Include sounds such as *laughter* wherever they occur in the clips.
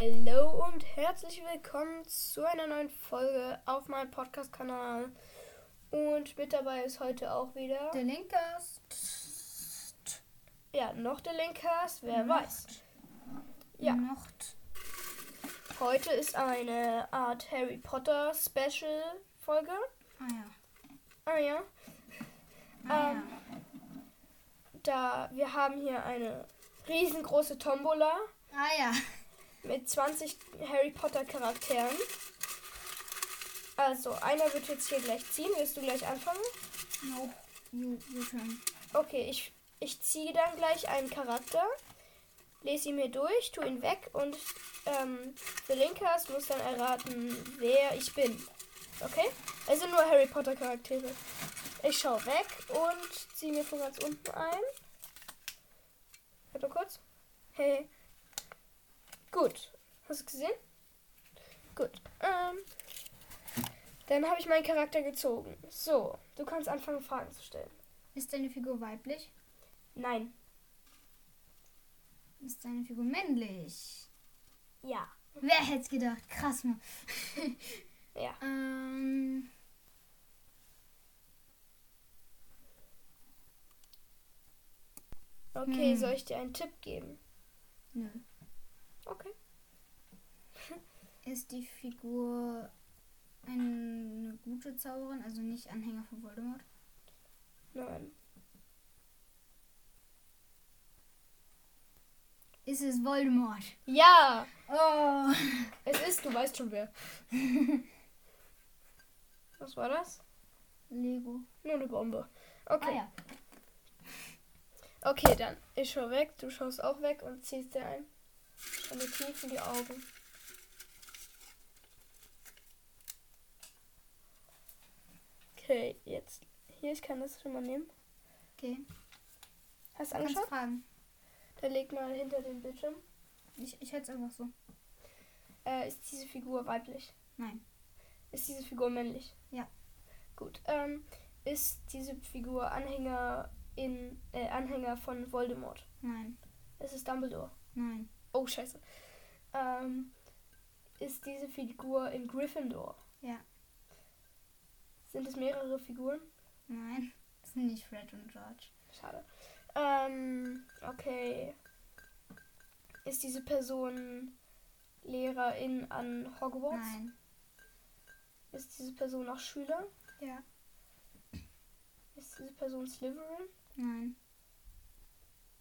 Hallo und herzlich willkommen zu einer neuen Folge auf meinem Podcast-Kanal. Und mit dabei ist heute auch wieder, Der Linkers. ja, noch der Linkers, wer Noch. weiß. Ja. Noch. Heute ist eine Art Harry Potter Special-Folge. Ah ja. Ah ja, Ah, Ähm, da wir haben hier eine riesengroße Tombola ja. ah ja. mit 20 Harry Potter Charakteren. Also, einer wird jetzt hier gleich ziehen. Willst du gleich anfangen? No. You, you turn. Okay, ich, ich ziehe dann gleich einen Charakter, lese ihn mir durch, tue ihn weg und ähm, The Linkers muss dann erraten, wer ich bin. Okay? Also nur Harry Potter Charaktere. Ich schaue weg und ziehe mir von ganz unten ein. Warte mal kurz. Hey. Gut. Hast du gesehen? Gut. Ähm, dann habe ich meinen Charakter gezogen. So, du kannst anfangen, Fragen zu stellen. Ist deine Figur weiblich? Nein. Ist deine Figur männlich? Ja. Wer hätte gedacht? Krass, Mann. Ja. ähm, Okay, Hm. soll ich dir einen Tipp geben? nö. Okay. Ist die Figur eine gute Zauberin, also nicht Anhänger von Voldemort? Nein. Ist es Voldemort? Ja, Oh. es ist, du weißt schon wer. *laughs* Was war das? Lego. Nur eine Bombe. Ah Okay. ja. Okay, dann. Ich schau weg, du schaust auch weg und ziehst dir ein. Schau mir tief in die Augen. Okay, jetzt. Hier, ich kann das schon mal nehmen. Okay. Hast du Kannst angeschaut? fragen. Dann leg mal hinter den Bildschirm. Ich, ich hätte es einfach so. Äh, ist diese Figur weiblich? Nein. Ist diese Figur männlich? Ja. Gut. Ähm, ist diese Figur Anhänger in äh, Anhänger von Voldemort? Nein. Ist es Dumbledore? Nein. Oh Scheiße. Ähm, ist diese Figur in Gryffindor? Ja. Sind es mehrere Figuren? Nein, das sind nicht Fred und George. Schade. Ähm, okay. Ist diese Person Lehrerin an Hogwarts? Nein. Ist diese Person auch Schüler? Ja. Ist diese Person Slytherin? Nein.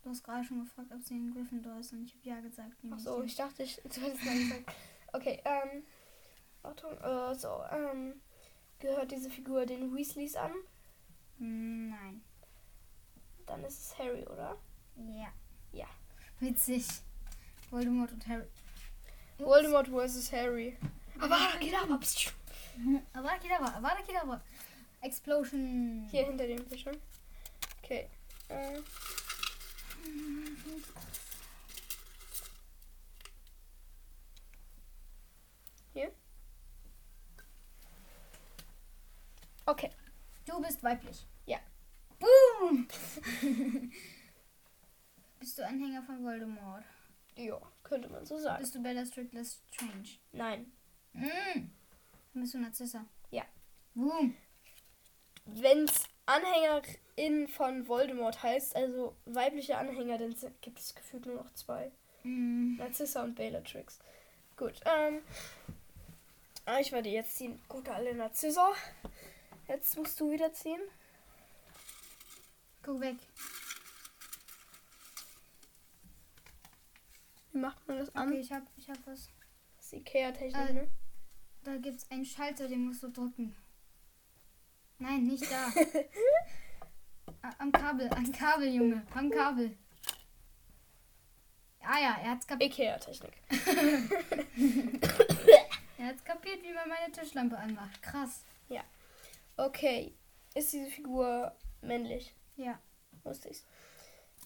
Du hast gerade schon gefragt, ob sie in Gryffindor ist und ich habe ja gesagt. Ach nämlich so, ja. ich dachte, ich *laughs* du hättest mal gesagt. Okay, ähm. Achtung, äh, so, ähm. Gehört diese Figur den Weasleys an? Mm, Nein. Dann ist es Harry, oder? Ja. Ja. Witzig. Voldemort und Harry. Ups. *laughs* Voldemort vs. Harry. Aber geht ab! pst. Avada Avada Explosion. Hier hinter dem Bildschirm. Okay. Äh, hier. Okay. Du bist weiblich. Ja. Boom! *laughs* bist du Anhänger von Voldemort? Ja, könnte man so sagen. Bist du Bella Strickless Strange? Nein. Mm. Bist du Narzissa? Ja. Boom. Wenn's Anhängerin von Voldemort heißt, also weibliche Anhänger, dann sind- gibt es gefühlt nur noch zwei. Mm. Narcissa und Bellatrix. Gut, ähm. ah, Ich werde jetzt ziehen. Guck alle Narcissa. Jetzt musst du wieder ziehen. Guck weg. Wie macht man das an? Okay, ich hab, ich hab was. Das ist Ikea-Technik, Äh. ne? Da gibt's einen Schalter, den musst du drücken. Nein, nicht da. A- am Kabel, am Kabel, Junge. Am Kabel. Ah ja, er hat's, kap Ikea-Technik. er hat's kapiert, wie man meine Tischlampe anmacht. Krass. Okay. Ist diese Figur männlich? Ja. Wusste ich's.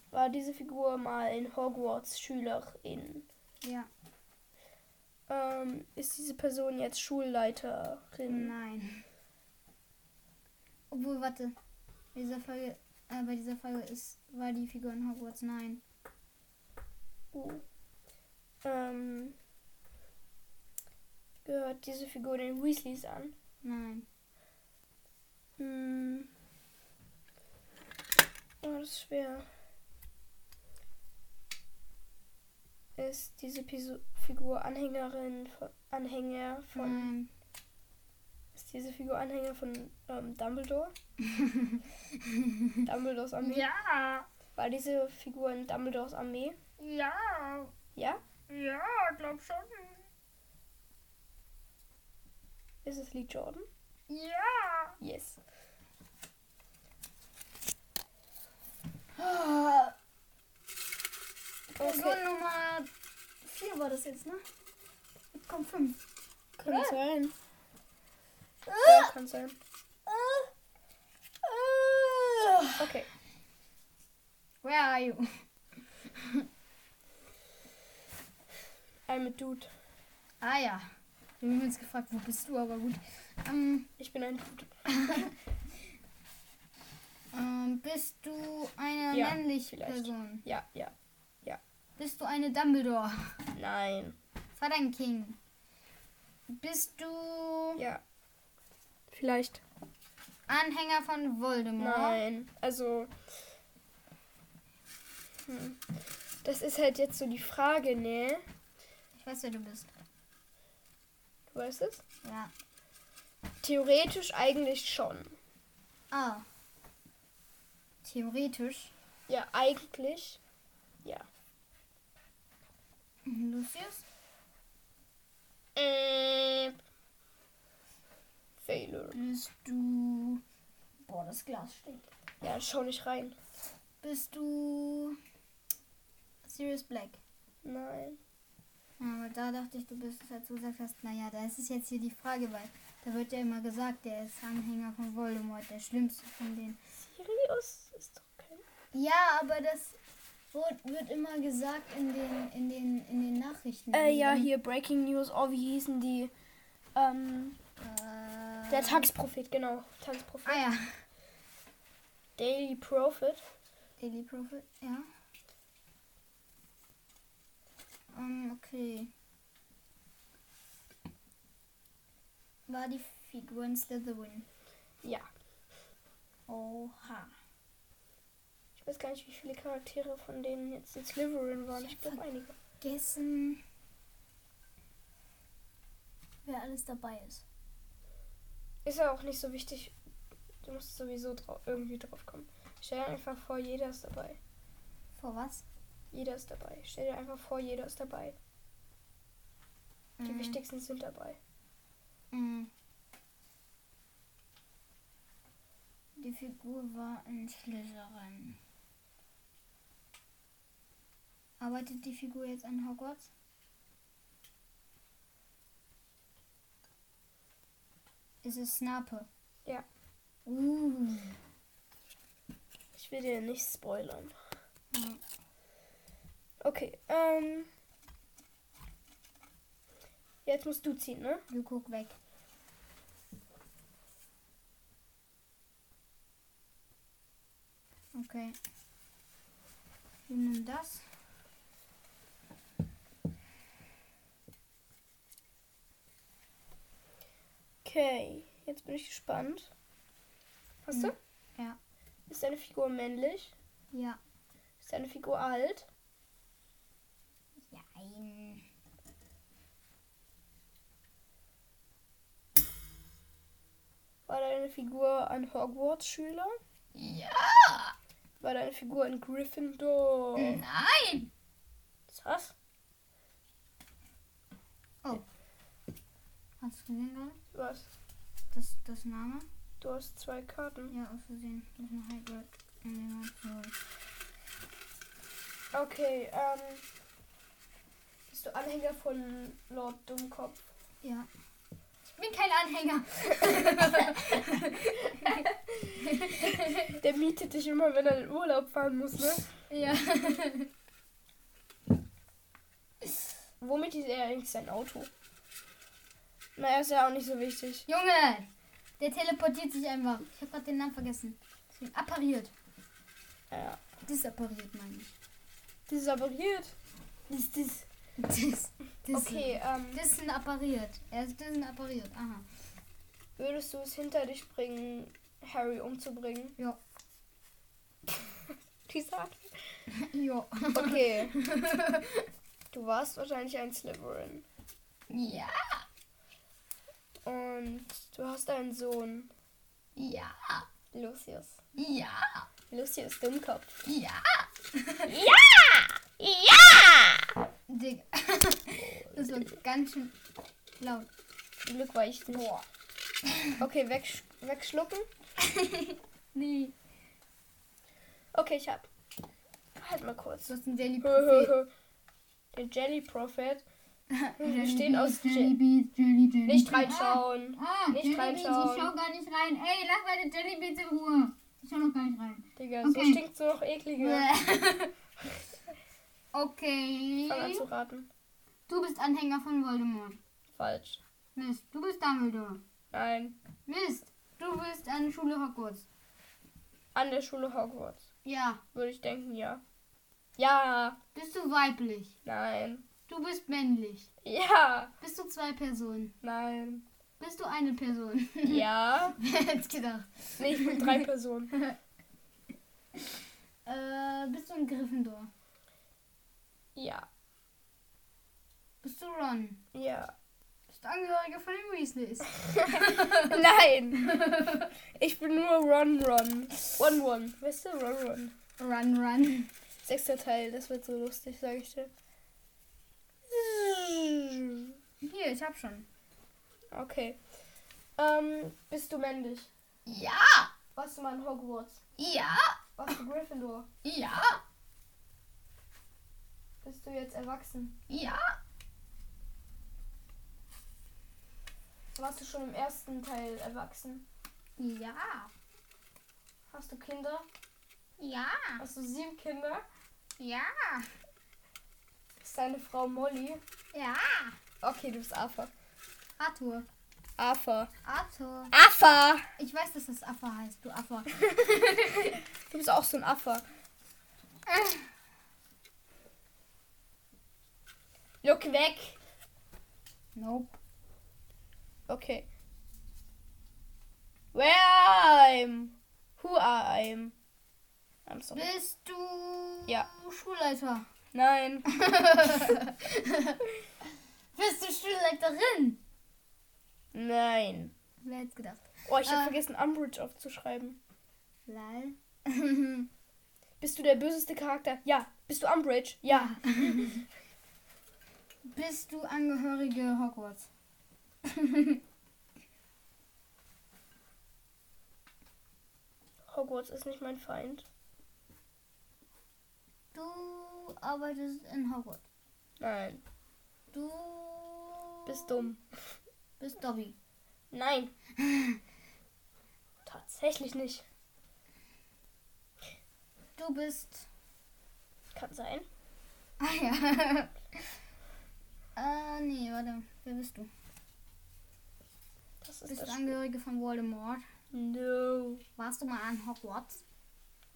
War diese Figur mal in Hogwarts Schülerin? Ja. Ähm, ist diese Person jetzt Schulleiterin? Nein. Obwohl, warte. Bei dieser Folge, äh, bei dieser Folge ist, war die Figur in Hogwarts. Nein. Oh. Ähm, Gehört diese Figur den Weasleys an? Nein. Hm. Oh, das ist schwer. Ist diese Piso Figur Anhängerin von, Anhänger von. Nein. Ist diese Figur Anhänger von ähm, Dumbledore? *laughs* Dumbledores Ähm, Armee? Ja. War diese Figur in Dumbledores Armee? Ja. Ja? Ja, glaub schon. Ist es Lee Jordan? *gasps* Ja. Yes. Person Okay. Nummer 4 war das jetzt, ne? Jetzt kommt 5. Kann Ah. sein. Ja, kann sein. Okay. Where are you? I'm a Dude. Ah ja. Wir haben uns gefragt, wo bist du, aber gut. Ähm, Ich bin ein Dude. ähm, bist du eine Ja, männliche vielleicht. Person? Ja, ja. Bist du eine Dumbledore? Nein. Verdammt, King. Bist du Ja. Vielleicht. Anhänger von Voldemort? Nein. Also. Hm. Das ist halt jetzt so die Frage, ne? Ich weiß, wer du bist. Du weißt es? Ja. Theoretisch eigentlich schon. Ah. Theoretisch. Ja, eigentlich. Ja. Mhm, Lucius? Äh. Failure. Bist du... Boah, das Glas steht. Ja, schau nicht rein. Bist du... Sirius Black? Nein. Ja, aber da dachte ich, du bist es, als du gesagt hast, naja, da ist es jetzt hier die Frage, weil da wird ja immer gesagt, der ist Anhänger von Voldemort, der schlimmste von denen. Sirius ist doch kein. Ja, aber das wird, wird immer gesagt in den, in den, in den Nachrichten. Äh, Also ja, dann- hier Breaking News. Oh, wie hießen die? Ähm, Äh, der Tagesprophet, genau. Tagesprophet. Ah ja. Daily Prophet. Daily Prophet, ja. Ähm, okay. War die Figur in Slytherin? Ja. Oha. Ich weiß gar nicht, wie viele Charaktere von denen jetzt in Slytherin waren. Ich glaube einige. vergessen, wer alles dabei ist. Ist ja auch nicht so wichtig. Du musst sowieso drau irgendwie drauf kommen. Stell dir einfach vor, jeder ist dabei. Vor was? Jeder ist dabei. Stell dir einfach vor, jeder ist dabei. Die Mm, wichtigsten sind dabei. mm. Die Figur war in Slytherin. Arbeitet die Figur jetzt an Hogwarts? Ist es Snape? Ja. Uh. Ich will dir nicht spoilern. Ja. Okay, ähm. Jetzt musst du ziehen, ne? Du guck weg. Okay. Wir nehmen das. Okay, jetzt bin ich gespannt. Hast Mhm. du? Ja. Ist deine Figur männlich? Ja. Ist deine Figur alt? Nein. War deine Figur ein Hogwarts-Schüler? Ja. War deine Figur ein Gryffindor? Nein. Was? Hast du gesehen gerade? Was? Das, das Name? Du hast zwei Karten. Ja, aus Versehen. Muss man halt mal in den Mund holen. Okay, ähm. Bist du Anhänger von Lord Dummkopf? Ja. Ich bin kein Anhänger. Der mietet dich immer, wenn er in Urlaub fahren muss, ne? Ja. Womit ist er eigentlich sein Auto? Naja, ist ja auch nicht so wichtig. Junge. Der teleportiert sich einfach. Ich habe gerade den Namen vergessen. Ich bin appariert. Ja. Disappariert meine ich. Disappariert. Ist das. Dis. Dissen. Okay, ähm, Dissen appariert. Er ist Dissen appariert. Aha. *laughs* würdest du es hinter dich bringen, Harry umzubringen? Ja. *laughs* Die sagt. Jo. *laughs* Okay. du warst wahrscheinlich ein Slytherin. Ja. Und du hast einen Sohn, Ja. Lucius. Ja. Lucius Dummkopf. Ja. Ja! Digga. *laughs* Das war ganz schön laut. Zum Glück war ich nicht. Boah. Okay, wegsch wegschlucken. Nee. Okay, ich hab. Halt mal kurz. *laughs* Du hast ein Daily Prophet. Der Jelly Prophet. Jelly Bestehen Beans, aus Je- Jelly Beans, Jelly Jelly Nicht Beans. reinschauen. Ah, ah Nicht Jelly Beans, reinschauen. ich schau gar nicht rein. Ey, lass meine Jelly Beans in Ruhe. Ich schau noch gar nicht rein. Digga, so Okay. stinkt's nur noch ekliger. *laughs* okay. Fang an zu raten. Du bist Anhänger von Voldemort. Falsch. Mist, du bist Dumbledore. Nein. Mist, du bist an der Schule Hogwarts. An der Schule Hogwarts. Ja. Würde ich denken, ja. Ja. Bist du weiblich? Nein. Du bist männlich. Ja. Bist du zwei Personen? Nein. Bist du eine Person? *laughs* Ja. Wer hätte gedacht? Nee, ich bin drei Personen. Äh, bist du ein Gryffindor? Ja. Bist du Ron? Ja. Bist du Angehöriger von den Weasleys? *laughs* Nein. Ich bin nur Ron Ron. One One. Weißt du, Ron Ron. Run, run. Sechster Teil, das wird so lustig, sage ich dir. Hier, ich hab schon. Okay. Ähm, bist du männlich? Ja, Warst du mal in Hogwarts? ja, Warst du Gryffindor? ja, Bist du jetzt erwachsen? ja. Warst du schon im ersten Teil erwachsen? Ja, Hast du Kinder? ja, Hast du sieben Kinder? ja, Ist deine Frau Molly? ja. Okay, du bist Afa. Arthur, Afa. Arthur. Afa! Ich weiß, dass das Affe heißt, du Affe. Du bist auch so ein Afa. Look weg! Nope. Okay. Where I'm? Who I'm? I'm sorry. Bist du Ja. *laughs* Schulleiter? Nein. Bist du Schulleiterin? Nein. Wer hätte gedacht? Oh, ich habe Äh. vergessen, Umbridge aufzuschreiben. Lal. Bist du der böseste Charakter? Ja. Bist du Umbridge? Ja. *laughs* Bist du Angehörige Hogwarts? Hogwarts ist nicht mein Feind. Du arbeitest in Hogwarts. Nein. Du Bist dumm. bist Dobby. *laughs* Nein. Tatsächlich nicht. Du bist. *laughs* Kann sein. Ah ja. äh, nee, warte. Wer bist du? Das ist Bist du das Spiel. Angehörige von Voldemort? No. Warst du mal an Hogwarts?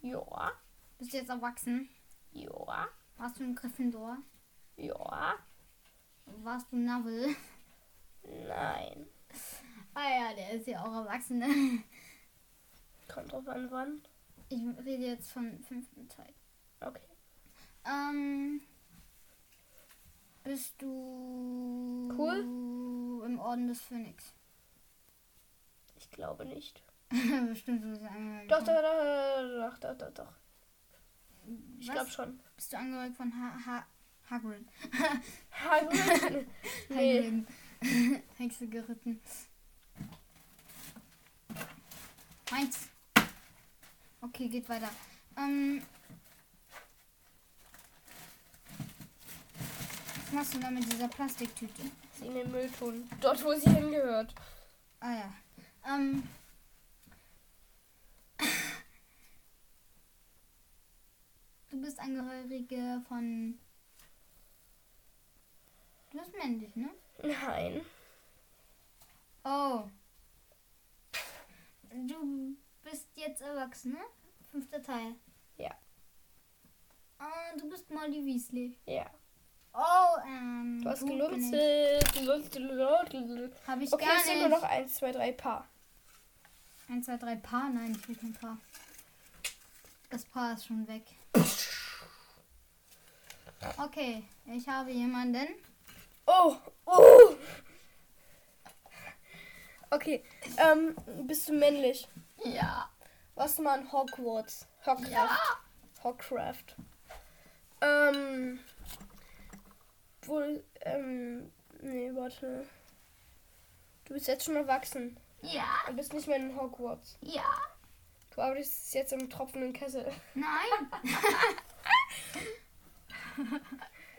Joa. Bist du jetzt erwachsen? Joa. Warst du in Gryffindor? Joa. Warst du Neville? *laughs* Nein. Ah ja, der ist ja auch erwachsen. *laughs* ne? Kommt drauf an, wann. Ich rede jetzt vom fünften Teil. Okay. Ähm, bist du cool im Orden des Phönix? *laughs* Ich glaube nicht. Bestimmt du bist angehörig. Doch, von- doch, doch, doch, doch, doch, doch. Ich Was? glaube schon. Bist du angehörig von ha ha Hagrid? Hagrid? *laughs* nee. Hagrid. *laughs* Hexe geritten. Meins. Okay, geht weiter. Ähm, was machst du da mit dieser Plastiktüte? Sie in den Müll tun. Dort, wo sie hingehört. Ah ja. Ähm. Du bist Angehörige von. Du bist männlich, ne? Nein. Oh. Du bist jetzt erwachsen, ne? Fünfter Teil. Ja. Ah, du bist Molly Weasley. Ja. Oh, ähm. Du hast gut bin gelunzelt. gelunzelt, gelunzelt. ich. Hab ich Okay, gar es sind nur noch nicht. 1, 2, 3 Paar. 1, 2, 3 Paar. Nein, ich will kein Paar. Das Paar ist schon weg. Okay, ich habe jemanden. Oh, oh. Okay, ähm, bist du männlich? Ja. Warst du mal in Hogwarts? Hogcraft. Hogcraft. Ähm, wohl, ähm, nee, warte. Du bist jetzt schon erwachsen. Ja. Du bist nicht mehr in Hogwarts. Ja. Du arbeitest jetzt im tropfenden Kessel. Nein.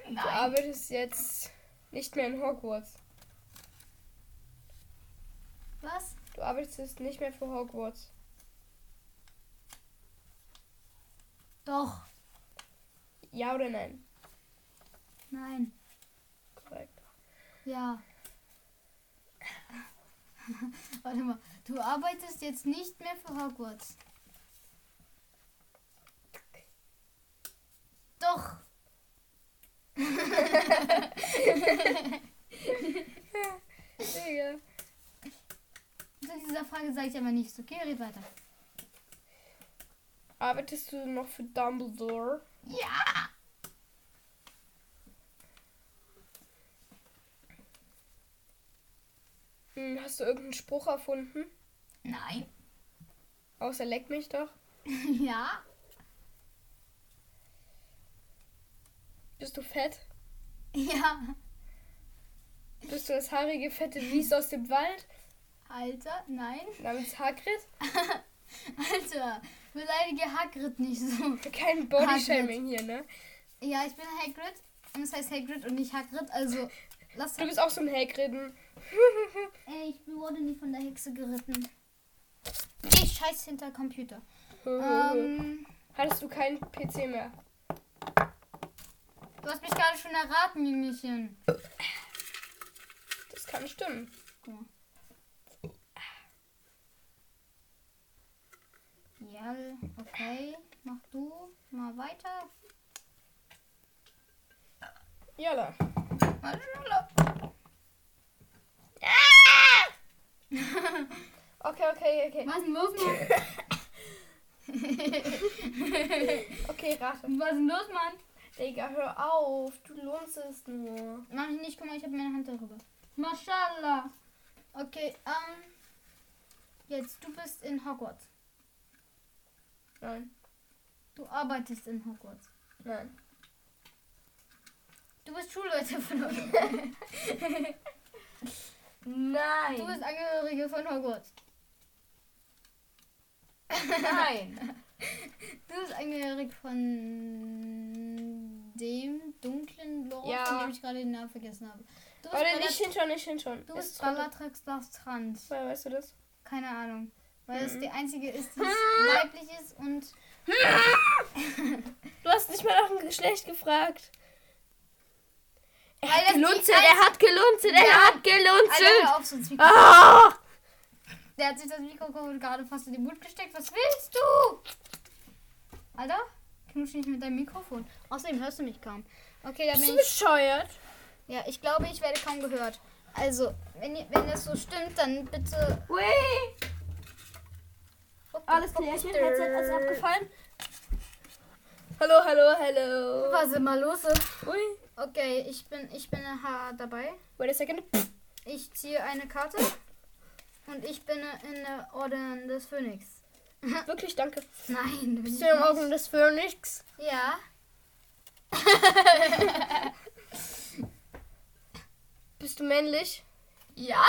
Du arbeitest jetzt nicht mehr in Hogwarts. Was? Du arbeitest jetzt nicht mehr für Hogwarts. Doch. Ja oder nein? Nein. Korrekt. Ja. *laughs* Warte mal. Du arbeitest jetzt nicht mehr für Hogwarts. Doch. Digga. Zu dieser Frage sage ich aber nichts. Okay, red weiter. Arbeitest du noch für Dumbledore? Ja. Hm, hast du irgendeinen Spruch erfunden? Nein. Außer leck mich doch. *laughs* ja. Bist du fett? Ja. Bist du das haarige, fette Wies aus dem Wald? Alter, nein. *laughs* Namens Hagrid? Alter, beleidige Hagrid nicht so. Kein Bodyshaming hier, ne? Ja, ich bin Hagrid. Und es heißt Hagrid und nicht Hagrid. Also, lass Du bist auch so ein Hagrid. Ey, ich wurde nie von der Hexe geritten. Ich scheiß hinter Computer. Ähm, Hattest du keinen PC mehr? du hast mich gerade schon erraten, Jüngelchen. Das kann stimmen. Ja, okay. Mach du mal weiter. Jalla. Mal schneller. Ah! Okay, okay, okay. Was ein los, Mann? Okay, rate. Was ist los, Mann? Digga, hör auf. Du lohnst es nur. Mach ich nicht, guck mal, ich habe meine Hand darüber. Mashallah. Okay, ähm. Jetzt, du bist in Hogwarts. Nein, Du arbeitest in Hogwarts. nein. Du bist Schulleiter von Hogwarts. Nein. Du bist Angehörige von Hogwarts. nein. *laughs* Du bist angehörig von dem dunklen Lord, Ja. von dem ich gerade den Namen vergessen habe. Du bist, Oder Balla- nicht hinschauen, nicht hinschauen. du Ist bist drin. Bellatrix Laftrand. Woher weißt du das? Keine Ahnung. Weil es Mhm. die einzige ist, die weiblich ist und Du hast nicht mal nach dem Geschlecht gefragt. Er Weil hat das die gelunzelt, er hat gelunzelt, Ja. er hat Alter, gelunzelt. hör auf, sonst Mikro. Ah! Der hat sich das Mikro gerade fast in den Mund gesteckt. Was willst du? Alter, knusch nicht mit deinem Mikrofon. Außerdem hörst du mich kaum. Okay, der Bist Mensch. du bescheuert? Ja, ich glaube, ich werde kaum gehört. Also, wenn, ihr- wenn das so stimmt, dann bitte. Ui! Alles abgefallen. Hallo, hallo, hallo. Was ist mal los? Ui. Okay, ich bin, ich bin ha dabei. Wait a second. Ich ziehe eine Karte und ich bin in der Orden des Phönix. *laughs* Wirklich, danke. Nein, du bist Bist du im Augen des Phönix? Ja. Bist du männlich? Ja.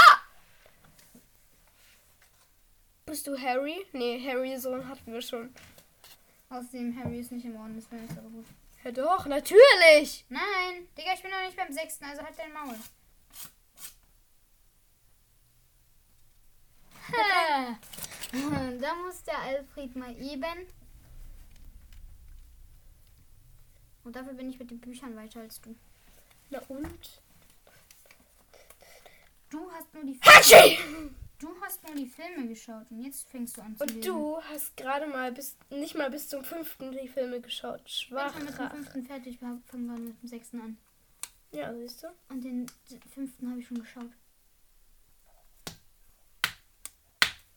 Bist du Harry? Nee, Harry Sohn hatten wir schon. Außerdem Harry ist nicht im Orden des Phönix, aber gut. Ja doch, natürlich. Nein, Digga, ich bin noch nicht beim sechsten, also halt dein Maul. da muss der Alfred mal eben. Und dafür bin ich mit den Büchern weiter als du. Na und? Du hast nur die Hachi! Du hast nur die Filme geschaut und jetzt fängst du an zu Und du hast gerade mal bis nicht mal bis zum fünften die Filme geschaut. Ich bin Schwach. schon mit dem fünften fertig, wir fangen dann mit dem sechsten an. Ja, siehst du? Und den fünften habe ich schon geschaut.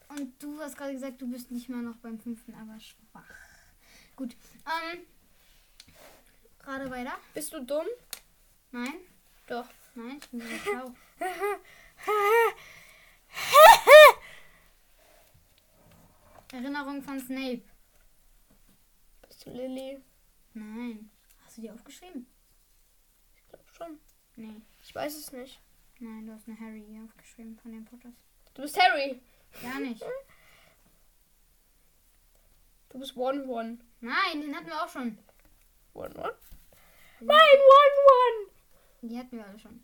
Und du hast gerade gesagt, du bist nicht mal noch beim fünften, aber schwach. Gut. Ähm, gerade weiter. Bist du dumm? Nein, Doch. nein, ich bin sehr schlau. Erinnerung von Snape. Bist du Lilly? Nein. Hast du die aufgeschrieben? Ich glaube schon. Nee. Ich weiß es nicht. Nein, du hast eine Harry hier aufgeschrieben von den Potters. Du bist Harry. Gar nicht. Du bist One One. Nein, den hatten wir auch schon. One One? Nein, One One! Die hatten wir alle schon.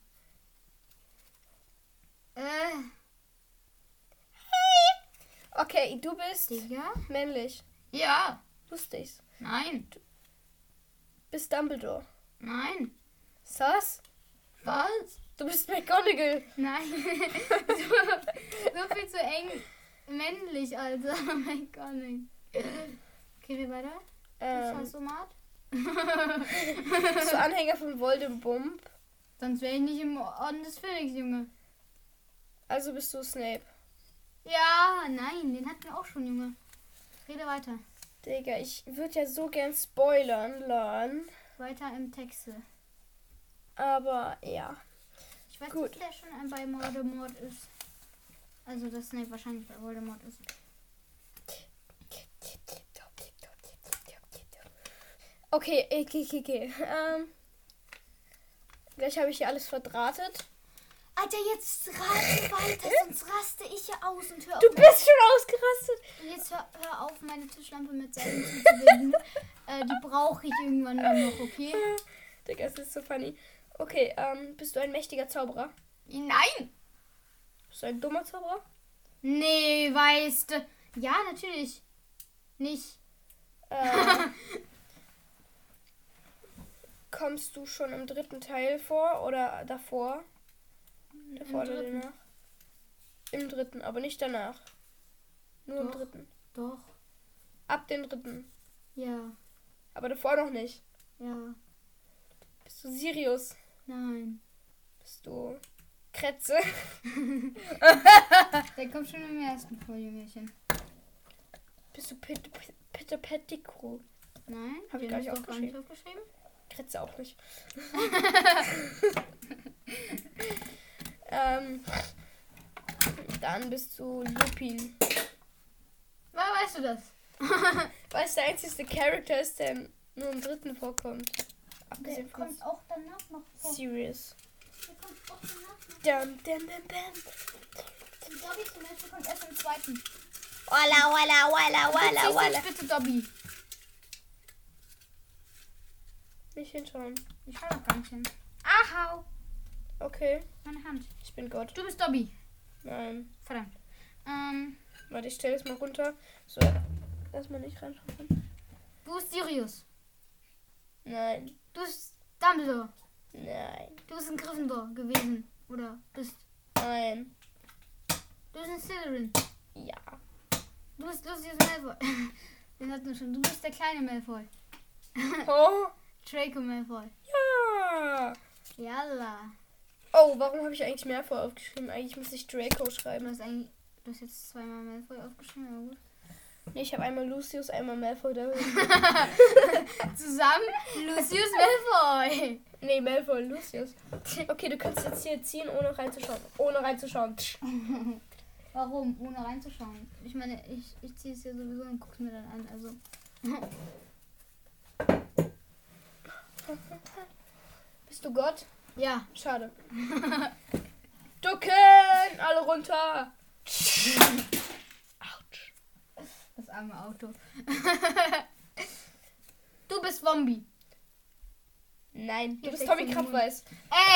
Äh, Okay, du bist Digga? männlich. Ja. Lustig. Nein. Bist Dumbledore. Nein. Sass? Was? Du bist McGonagall. *laughs* Nein. so, so viel zu eng männlich, Alter. Oh mein Gott. Ey. Okay, wir weiter. Ähm, Scheißomat. bist du Anhänger von Voldemort? Sonst wäre ich nicht im Orden des Phönix, Junge. Also bist du Snape. Ja, nein, den hatten wir auch schon, Junge. Rede weiter. Digga, ich würde ja so gern spoilern lernen. Weiter im Texte. Aber ja. Ich weiß Gut. nicht, dass der schon ein bei Voldemort ist. Also, dass Snape wahrscheinlich bei Voldemort ist. Okay, okay, okay, okay. Ähm, gleich habe ich hier alles verdrahtet. Alter, *laughs* jetzt rate weiter, sonst raste ich hier aus und hör Du auf. bist schon ausgerastet. Jetzt hör, hör auf, meine Tischlampe mit Seiten *laughs* zu bewegen. äh, die brauche ich irgendwann dann noch, okay? Digga, es ist so funny. Okay, ähm, bist du ein mächtiger Zauberer? Nein! Bist du ein dummer Zauberer? Nee, weißt du. Ja, natürlich. Nicht. *laughs* Ähm, kommst du schon im dritten Teil vor oder davor? Davor oder dritten. danach? Im dritten, aber nicht danach. Nur im Doch. dritten. Doch. Ab dem dritten. Ja. Aber davor noch nicht. Ja. Bist du Sirius? Nein. Bist du Kretze? Der kommt schon im ersten vor, Jüngerchen. Bist du Peter Pet- Peter Pettigrew? Nein? Hab ich den gar nicht hast du doch aufgeschrieben. aufgeschrieben? Kretze auch *laughs* nicht. ähm, dann bist du Lupin. Woher weißt du das? Weil es der einzige Charakter ist, der nur im dritten vorkommt. Abgesehen von auch danach noch Sirius. Der kommt auch danach noch. Dum, dum, dum, dum. Und Dobby zum Beispiel kommt erst im zweiten. Walla, walla, walla, walla, walla. bitte Dobby. Nicht hinschauen. Ich schau doch gar nicht hin. Ahau! Okay, Meine Hand. ich bin Gott. Du bist Dobby. Nein. Verdammt. Ähm, Warte, ich stelle es mal runter. So, lass mal nicht reinschauen. du bist Sirius. Nein, Du bist Dumbledore. nein, Du bist ein Gryffindor gewesen. Oder bist. *coughs* nein. Du bist ein Slytherin. Ja. Du bist Lucius Malfoy. *laughs* Den hatten wir schon. Du bist der kleine Malfoy. Oh, Draco Malfoy. ja. Jalla. Oh, warum habe ich eigentlich mehr vor aufgeschrieben? Eigentlich muss ich Draco Du schreiben. hast eigentlich. Du hast jetzt zweimal Malfoy aufgeschrieben, aber gut. Nee, ich habe einmal Lucius, einmal Malfoy. Da- *laughs* Zusammen Lucius Malfoy. Nee, Malfoy, Lucius. *coughs* Okay, du kannst jetzt hier ziehen, ohne reinzuschauen. Ohne reinzuschauen. *coughs* Warum? Ohne reinzuschauen. Ich meine, ich, ich ziehe es ja sowieso und guck's mir dann an. Also. Bist du Gott? Ja. *laughs* Schade. Ducken! Alle runter! Autsch. Das arme Auto. *laughs* du bist Wombi. Nein, du Hier bist steckt Tommy so ein *laughs* Krabbeis.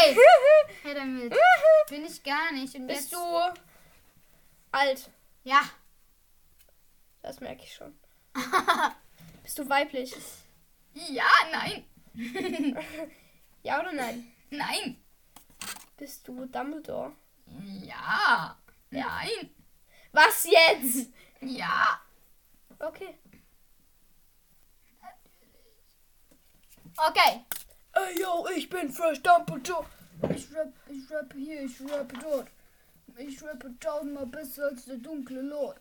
Ey! Hör damit. Bin ich gar nicht. Und Bist jetzt, du alt? Ja. Das merke ich *laughs* schon. Bist du weiblich? Ja, nein. *laughs* Ja oder nein? Nein. Bist du Dumbledore? Ja. Nein. Was *laughs* jetzt? Ja. Okay. Okay. Ey, yo, ich bin Fresh Dumpito. Ich rap, ich rappe hier, ich rappe dort. Ich rappe tausendmal besser als der dunkle Lord.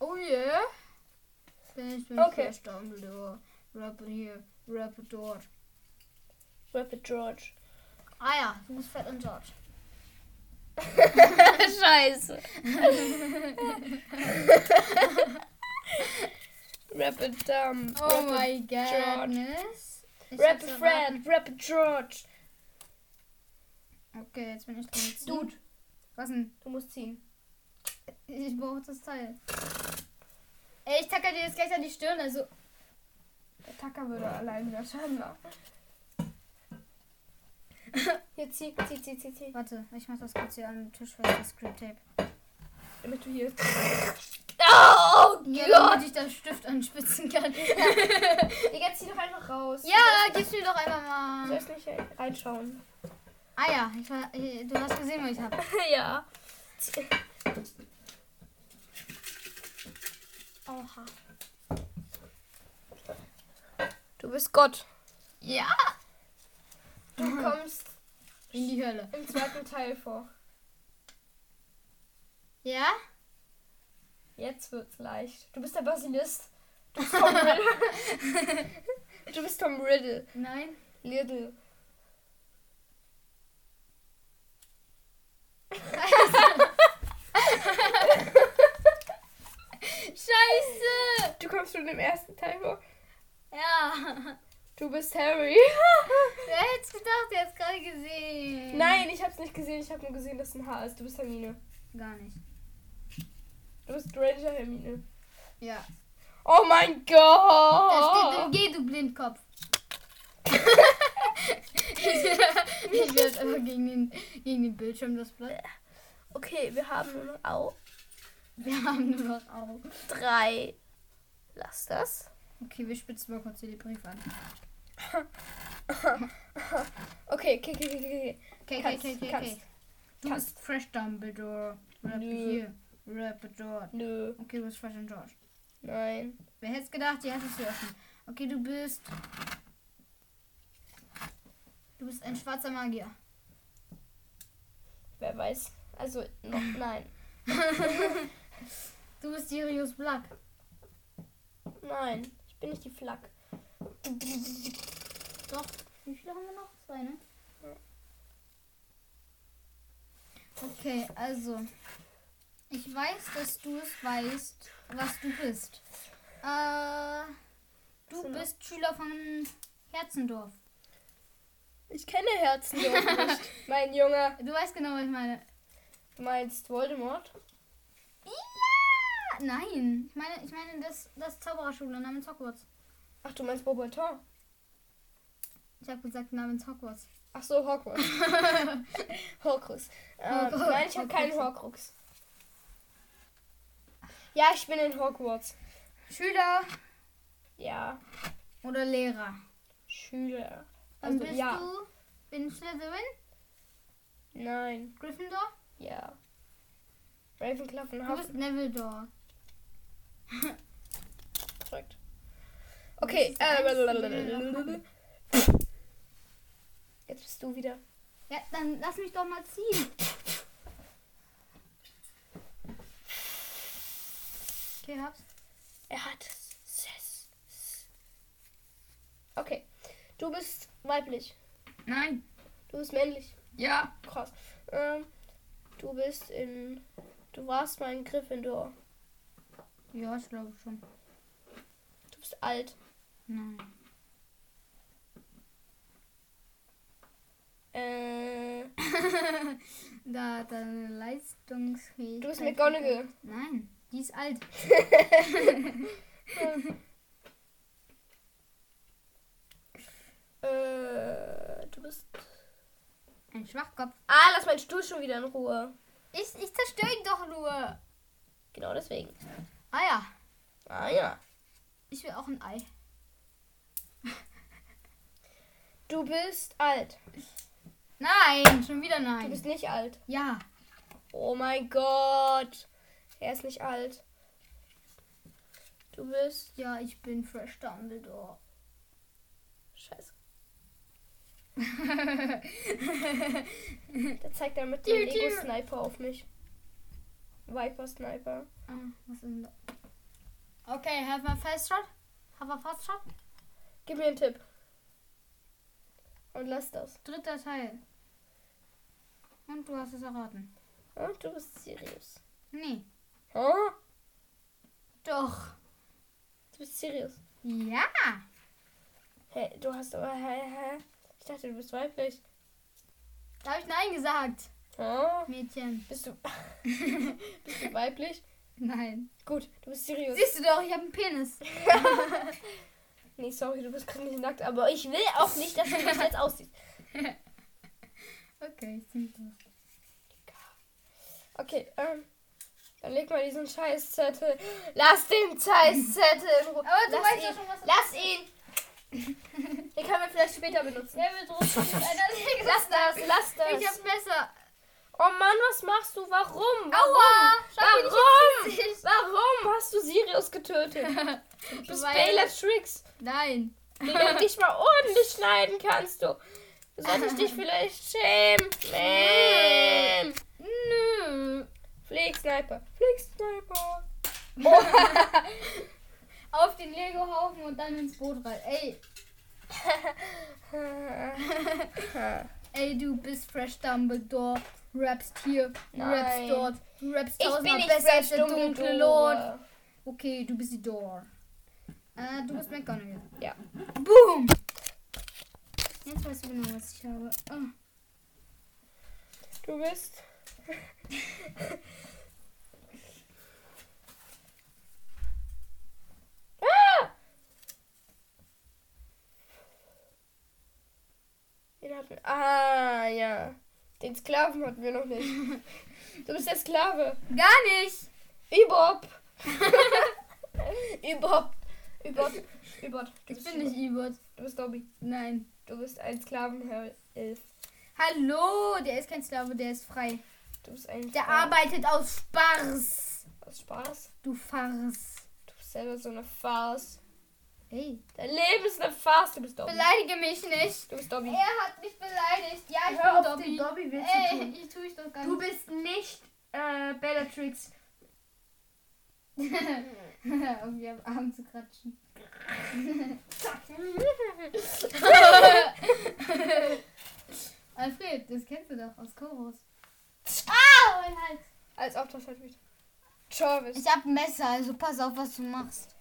Oh yeah. Denn ich bin Okay. Fresh Dumbledore. Rappe hier, rappe dort. Rapid George. Ah ja, du bist Fett und George. Scheiße. Rapid Dumb. Oh Rapid, my goodness. Ich Rapid hab's erraten. Fred. Rapid George. Okay, jetzt bin ich dran. Jetzt Dude, Was denn? du musst ziehen. Ich brauche das Teil. Ey, ich tacker dir jetzt gleich an die Stirn, also. Der Tacker würde allein wieder Schaden ne? machen. Hier, zieh, zieh, zieh, zieh, zieh. Warte, ich mach das kurz hier an den Tisch fest, das Script-Tape. Damit du hier... *laughs* Oh Ja, Gott! damit ich das Stift anspitzen *laughs* kann. Digga, zieh doch einfach raus. Ja, gib's mir doch einfach Du mal. sollst nicht reinschauen. Ah ja, ich war, äh, du hast gesehen, was ich hab. *laughs* ja. Oha. Du bist Gott. Ja! Du kommst In die Hölle. im zweiten Teil vor. Ja? Jetzt wird's leicht. Du bist der Basilist. Du bist Tom Riddle. *laughs* du bist Tom Riddle. Nein? Riddle. Scheiße! Du kommst schon im ersten Teil vor. Ja. *laughs* Du bist *laughs* Harry. Wer hätte es gedacht, der hat's gerade gesehen. Nein, ich hab's nicht gesehen. Ich hab nur gesehen, dass ein Haar ist. Du bist Hermine. Gar nicht. Du bist Ranger Hermine. Ja. Oh mein Oh, Da Gott! steht im G, du Blindkopf. *laughs* ich werde einfach gegen den, gegen den Bildschirm das Blatt. Okay, wir haben nur noch auch Wir haben nur noch Augen. drei. Lass das. Okay, wir spitzen mal kurz hier die Briefe an. Okay, okay, okay, okay, okay. Okay, okay, Kannst, okay, okay. kannst. okay. Du Kannst. bist Fresh Dumbledore. Rap Nö. hier, Rap dort. Nö, Okay, du bist Fresh and George. nein. Wer hätte es gedacht, die hättest du öffnen. Okay, du bist... Du bist ein schwarzer Magier. *laughs* Wer weiß. Also, noch, nein. Du bist Sirius Black. Nein, ich bin nicht die Flak. Doch. Wie viele haben wir noch? Zwei, ne? Ja. Okay, also. Ich weiß, dass du es weißt, was du bist. Äh, Was du denn bist Schüler von Herzendorf. Ich kenne Herzen *laughs* doch nicht. mein Junge, Du weißt genau, was ich meine. du meinst Voldemort? Ja! Nein, ich meine, ich meine das, das Zaubererschule namens Hogwarts. Ach, du meinst Bobotan? Ich habe gesagt namens Hogwarts. *laughs* Ach so, Hogwarts. Horcrux. Ähm, Horcrux. nein, ich habe keinen Horcrux. Ja, ich bin in Hogwarts. Schüler Ja, oder Lehrer. Schüler. Dann Also, bist ja. du in Slytherin, Nein, Gryffindor. ja. Ravenclaw und Du bist Neville Dor. Hufflepuff. Okay, Das ist äh, eins, blablabla. Jetzt bist du wieder. Ja, dann lass mich doch mal ziehen. Okay, hab's. Er hat es. Okay. Du bist weiblich. Nein. Du bist männlich. Ja. Krass. Ähm, du bist in. Du warst mal in Gryffindor. Ja, ich glaube schon. Du bist alt. Nein. *laughs* Äh, Da hat er eine Leistungsfähigkeit. du bist McGonagall. Nein, die ist alt. Äh, du bist. Ein Schwachkopf. Ah, lass meinen Stuhl schon wieder in Ruhe. Ich, ich zerstöre ihn doch nur. Ah Genau deswegen. ja, Ah ja. ich will auch ein Ei. Du bist alt. Nein, schon wieder Du nein. bist nicht alt. Ja. Oh mein Gott. Er ist nicht alt. Du bist. *laughs* Ja, ich bin Fresh Dumbledore. Scheiße. Ah, Da zeigt er mit Tür, dem Tür. Lego-Sniper auf mich. Viper-Sniper. Ah, was ist denn da? Okay, have a fast shot. Have a fast shot. Gib mir einen Tipp. Und lass das. Dritter Teil. Und du hast es erraten. Ah, du bist Sirius. Nee. Hä? Doch. Du bist Sirius. Ja. Hey, du hast aber. Hä, hä? Ich dachte, du bist weiblich. Da habe ich Nein gesagt. Hä? Mädchen. Bist du. *laughs* bist du weiblich? Nein. Gut, du bist Sirius. Siehst du doch, ich habe einen Penis. Nee, sorry, du bist gerade nicht nackt, aber ich will auch nicht, dass du dich jetzt aussiehst. Okay, ich zieh das. Okay, ähm. Dann leg mal diesen Scheißzettel. Lass den Scheißzettel in Ruhe. Aber du Lass weißt ihn. doch schon, was Lass ihn! *laughs* Den können wir vielleicht später benutzen. Wer will drauf? Lass das, lass das. Ich hab Messer. oh Mann, was machst du? Warum? Aua! Schau mir Warum? nicht ins Gesicht. Warum hast du Sirius *laughs* getötet? Du bist Weil- Bellatrix, *laughs* Nein. die du dich mal ordentlich schneiden kannst, du. Sollte ich dich vielleicht schämen? Schämen! Nö. Flieg Sniper, Flieg Sniper. Auf den Lego-Haufen und dann ins Boot rein. Ey, *laughs* ey, du bist Fresh Dumbledore. Rappst hier, rappst Nein. dort. Du rappst Ich bin tausendmal nicht besser als Fresh der dunkle Lord. Dumbledore. Okay, du bist die Door. Äh, du bist McGonagall. Ja. Boom! Jetzt weißt du genau, was ich habe. Oh. Du bist. ah! Den hatten Ah, ja. Den Sklaven hatten wir noch nicht. Du bist der Sklave. Gar nicht! Ibop. *laughs* Ibop. Ibop. Ibop. Du Ich bist bin nicht Ebert. Du bist Dobby. Nein. Du bist ein Sklavenelf. Hallo, der ist kein Sklave, der ist frei. Du bist ein. Der Farm- arbeitet aus Spaß. Aus Spaß. Du Farce. Du bist selber so eine Farce. Hey. Dein Leben ist eine Farce, du bist Dobby. Beleidige mich nicht. Du bist Dobby. Er hat mich beleidigt. Ja, ich Hör auf, bin den Dobby. Dobby willst Ey, zu tun. ich tue ich doch gar Du nicht. bist nicht äh, Bellatrix. *laughs* um mir am Arm zu kratschen. *laughs* Alfred, das kennst du doch aus Chorus. Ah, mein Hals. *laughs* Als ob das halt wieder. Jarvis. Ich hab ein Messer, also pass auf, was du *laughs* machst.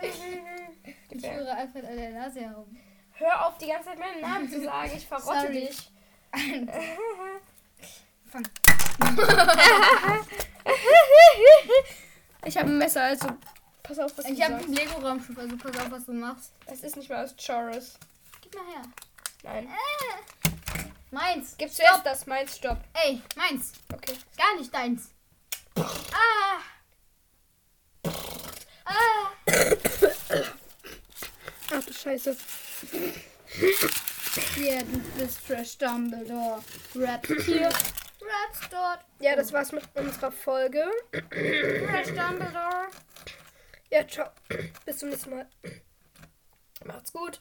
Ich Gebär. führe Alfred an der Nase herum. *laughs* Hör auf, die ganze Zeit meinen Namen zu sagen. Ich verrotte Sorry. dich. *laughs* Fang. ich habe ein Messer, also pass auf, was Ich du hab ein sagst. Lego-Raumschiff, also pass auf, was du machst. Das ist nicht mehr aus Chorus. Gib mal her. Äh. Nein. Meins. Gibst du erst das? Meins, stopp. Ey, meins. Okay. Gar nicht deins. Ah. Ah. Ach du Scheiße. Hier, du bist Fresh Dumbledore. Raps hier. Raps dort. Ja, das war's mit unserer Folge. Fresh Dumbledore. *clears throat* Ja, ciao. Bis zum nächsten Mal. Macht's gut.